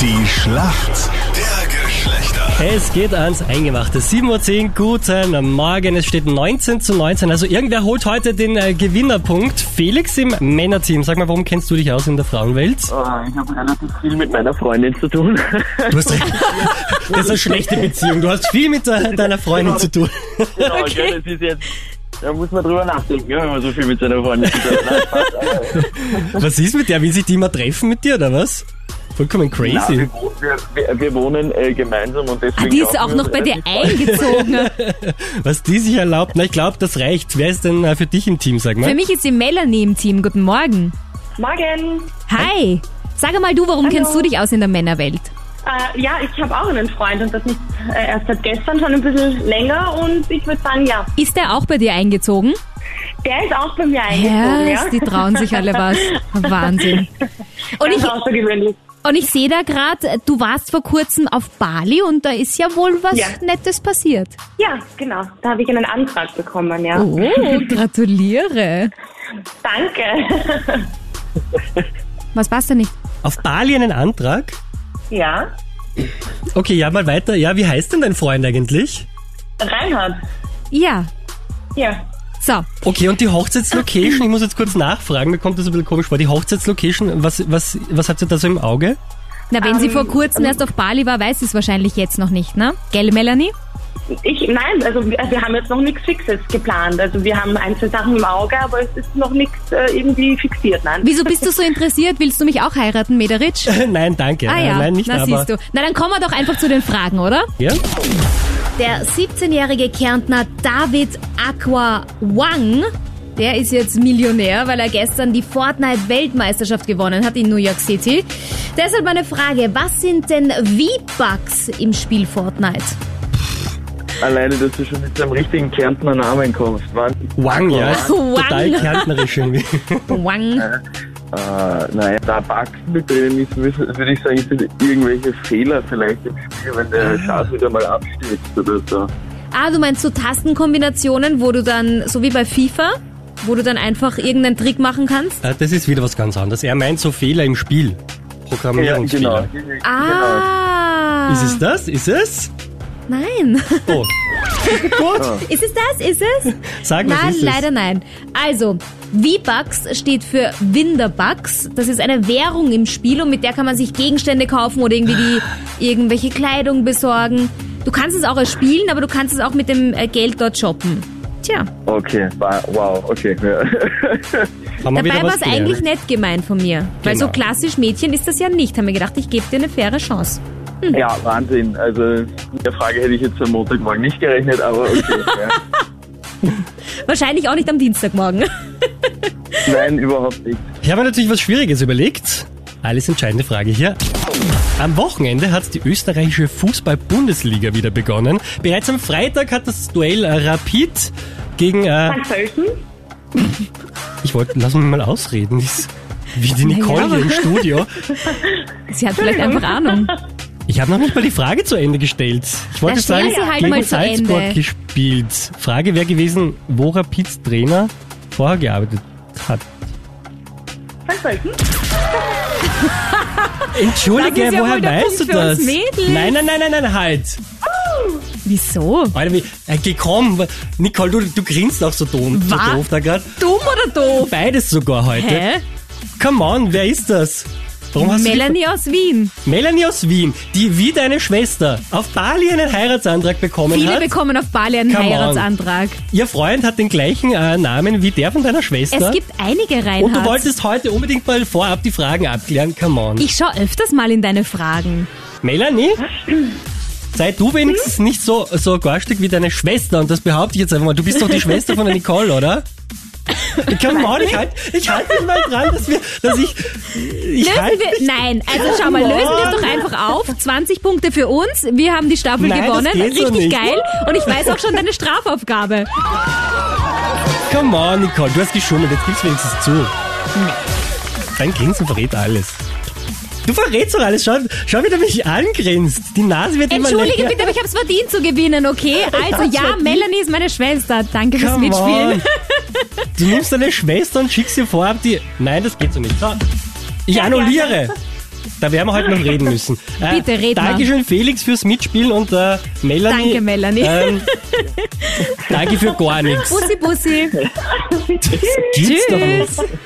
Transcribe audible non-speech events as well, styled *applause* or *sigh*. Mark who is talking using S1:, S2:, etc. S1: Die Schlacht der Geschlechter.
S2: Es geht ans Eingemachte. 7.10 Uhr, guten Morgen. Es steht 19 zu 19. Also irgendwer holt heute den äh, Gewinnerpunkt. Felix im Männerteam. Sag mal, warum kennst du dich aus in der Frauenwelt?
S3: Ah, Ich habe relativ viel mit meiner Freundin zu tun. *laughs*
S2: Du hast recht. Das ist eine schlechte Beziehung. Du hast viel mit de- deiner Freundin zu tun.
S3: Genau, gell, das ist jetzt, da muss man drüber nachdenken, ja, wenn man so viel mit seiner Freundin zu tun *laughs* hat.
S2: Was ist mit der? Will sich die immer treffen mit dir, oder was? Vollkommen
S3: Na,
S2: crazy.
S3: wir, wo- wir, wir, wir wohnen äh, gemeinsam und deswegen.
S4: Ah, die ist
S3: laufen
S4: auch
S3: wir
S4: noch bei dir
S3: relativ weit.
S4: eingezogen.
S2: Was die sich erlaubt. Na, ich glaube, das reicht. Wer ist denn äh, für dich im Team, sag
S4: Für
S2: mal?
S4: mich ist die Melanie im Team. Guten Morgen.
S5: Morgen.
S4: Hi. Sag mal du, warum
S5: Hallo.
S4: kennst du dich aus in der Männerwelt?
S5: Äh, ja, ich habe auch einen Freund und das nicht äh, erst seit gestern, schon ein bisschen länger und ich würde sagen, ja,
S4: Ist der auch bei dir eingezogen?
S5: der ist auch bei mir eingezogen.
S4: Ja,
S5: Ja,
S4: die trauen sich
S5: *laughs*
S4: alle was. Wahnsinn. Und
S5: Ganz
S4: ich,
S5: außergewöhnlich.
S4: und ich sehe da gerade, du warst vor kurzem auf Bali und da ist ja wohl was
S5: Ja.
S4: Nettes passiert.
S5: Ja, genau. Da habe ich einen Antrag bekommen, ja.
S4: Oh, gratuliere.
S5: Danke. *laughs*
S4: Was passt da nicht?
S2: Auf Bali einen Antrag?
S5: ja.
S2: Okay, ja, mal weiter. Ja, wie heißt denn dein Freund eigentlich?
S5: Reinhard.
S4: Ja.
S5: Ja.
S4: So,
S2: Okay, und die Hochzeitslocation, ich muss jetzt kurz nachfragen, mir kommt das ein bisschen komisch vor. Die Hochzeitslocation, was, was, was habt ihr da so im Auge? *laughs*
S4: na wenn sie
S5: Ähm,
S4: vor kurzem erst auf Bali war, weiß sie es wahrscheinlich jetzt noch nicht, ne? Gell, Melanie?
S5: Ich, nein, also wir, wir haben jetzt noch nichts Fixes geplant. Also wir haben einzelne Sachen im Auge, aber es ist noch nichts äh, irgendwie fixiert, nein.
S4: Wieso bist du so interessiert? Willst du mich auch heiraten, Mederitsch?
S2: Nein, danke.
S4: Ah
S2: Äh,
S4: ja,
S2: Nein, nicht
S4: na
S2: aber.
S4: siehst du. Na dann kommen wir doch einfach zu den Fragen, oder?
S2: Ja?
S4: Der 17-jährige Kärntner David Aqua Wang, der ist jetzt Millionär, weil er gestern die Fortnite-Weltmeisterschaft gewonnen hat in New York City. Deshalb meine Frage, was sind denn V-Bucks im Spiel Fortnite?
S3: Alleine, dass du schon mit deinem richtigen Kärntner Namen kommst. Mann.
S2: Wang, ja. ist
S4: *laughs* Wang.
S2: Total kärntnerisch
S4: *laughs*
S2: irgendwie.
S4: Wang.
S3: Äh, naja, da Bugs mit drin ist, müssen- würde ich sagen, sind irgendwelche Fehler vielleicht im Spiel, wenn der Schatz wieder mal abstürzt oder so.
S4: Ah, du meinst so Tastenkombinationen, wo du dann, so wie bei FIFA, wo du dann einfach irgendeinen Trick machen kannst?
S2: Ah, Das ist wieder was ganz anderes. Er meint so Fehler im Spiel.
S3: genau.
S2: Programmierungsfehler. Genau.
S4: Ah.
S2: Ist es das? Ist es?
S4: Nein.
S2: Oh. *laughs* Gut.
S4: Ist es das? Ist es?
S2: *laughs* Sag mal,
S4: Nein,
S2: ist es?
S4: leider nein. Also, V-Bucks steht für Winterbucks. Das ist eine Währung im Spiel und mit der kann man sich Gegenstände kaufen oder irgendwie
S2: Ah.
S4: die irgendwelche Kleidung besorgen. Du kannst es auch erspielen, aber du kannst es auch mit dem äh, Geld dort shoppen. Tja,
S3: Okay, wa- wow, okay. Ja. *laughs*
S2: Haben wir
S4: dabei
S2: wieder
S4: war
S2: was
S4: es eigentlich
S2: gelernt.
S4: nett gemeint von mir. Weil so
S2: Genau.
S4: klassisch Mädchen ist das ja nicht. Haben wir gedacht, ich gebe dir eine faire Chance.
S3: ja, Wahnsinn. Also, mit der Frage hätte ich jetzt am Montagmorgen nicht gerechnet, aber okay. ja.
S4: Wahrscheinlich auch nicht am Dienstagmorgen. *laughs*
S3: Nein, überhaupt nicht.
S2: Ich habe mir natürlich was Schwieriges überlegt. Alles entscheidende Frage hier. Am Wochenende hat die österreichische Fußball-Bundesliga wieder begonnen. Bereits am Freitag hat das Duell äh, Rapid gegen äh,
S5: St. Pölten?
S2: Ich wollte, lass mich mal ausreden. Die ist wie die Nicole
S4: aber-
S2: hier im Studio.
S4: Sie hat vielleicht einfach Ahnung.
S2: Ich habe noch nicht mal die Frage zu Ende gestellt. Ich wollte
S4: Dann stell
S2: sagen,
S4: sie halt
S2: gegen
S4: mal zu
S2: Salzburg
S4: Ende.
S2: gespielt. Frage wäre gewesen, wo Rapids Trainer vorher gearbeitet hat.
S5: St. Pölten?
S2: *laughs* Entschuldige,
S4: Das ist ja
S2: woher
S4: wohl der
S2: weißt
S4: Punkt
S2: du
S4: für
S2: das?
S4: uns Mädels.
S2: Nein, nein, nein, nein, nein, halt.
S4: Wieso?
S2: Alter, wie, äh, gekommen. Nicole, du, du grinst auch so dumm. So
S4: Was?
S2: doof da grad.
S4: Dumm oder doof?
S2: Beides sogar heute.
S4: Hä?
S2: Come on, wer ist das? Warum hast du die
S4: Melanie aus Wien.
S2: Melanie aus Wien, die wie deine Schwester auf Bali einen Heiratsantrag bekommen
S4: Viele
S2: hat.
S4: bekommen auf Bali einen
S2: Come on.
S4: Heiratsantrag.
S2: Ihr Freund hat den gleichen äh, Namen wie der von deiner Schwester.
S4: Es gibt einige
S2: und du
S4: Reinhard.
S2: wolltest heute unbedingt mal vorab die Fragen abklären. Come on.
S4: Ich schaue öfters mal in deine Fragen.
S2: Melanie? Sei du wenigstens
S4: Hm?
S2: nicht so, so garstig wie deine Schwester. Und das behaupte ich jetzt einfach mal. Du bist doch die Schwester von der Nicole,
S4: *laughs*
S2: oder? Come on, ich halte ich halt mich mal dran, dass wir, dass ich, ich
S4: Lösen
S2: halte
S4: wir, nein, also schau mal,
S2: Halt Come
S4: lösen wir
S2: on.
S4: es doch einfach auf. 20 Punkte für uns. Wir haben die Staffel
S2: Nein, das
S4: gewonnen.
S2: geht so
S4: Richtig
S2: nicht.
S4: geil. Und ich weiß auch schon
S2: *laughs*
S4: deine Strafaufgabe.
S2: Come on, Nicole, du hast geschummelt, jetzt gib's wenigstens zu. Dein Grinsen verrät alles. Du verrätst doch alles, schau, schau wie du mich angrinst. Die Nase wird immer
S4: Entschuldige
S2: länger.
S4: bitte, aber ich habe es verdient zu
S2: *laughs*
S4: gewinnen, okay? Also ja, Melanie ist meine Schwester. Danke fürs
S2: Come
S4: Mitspielen.
S2: on. Du nimmst deine Schwester und schickst ihr vorab die... Nein, das geht so nicht. So. Ich annulliere. Da werden wir heute noch reden müssen. Äh,
S4: *laughs* Bitte, red mal.
S2: Dankeschön, Felix, fürs Mitspielen und äh, Melanie.
S4: Danke, Melanie. *laughs*
S2: Ähm, danke für gar nichts.
S4: Bussi, Bussi.
S2: Gibt's doch nicht.
S4: Tschüss.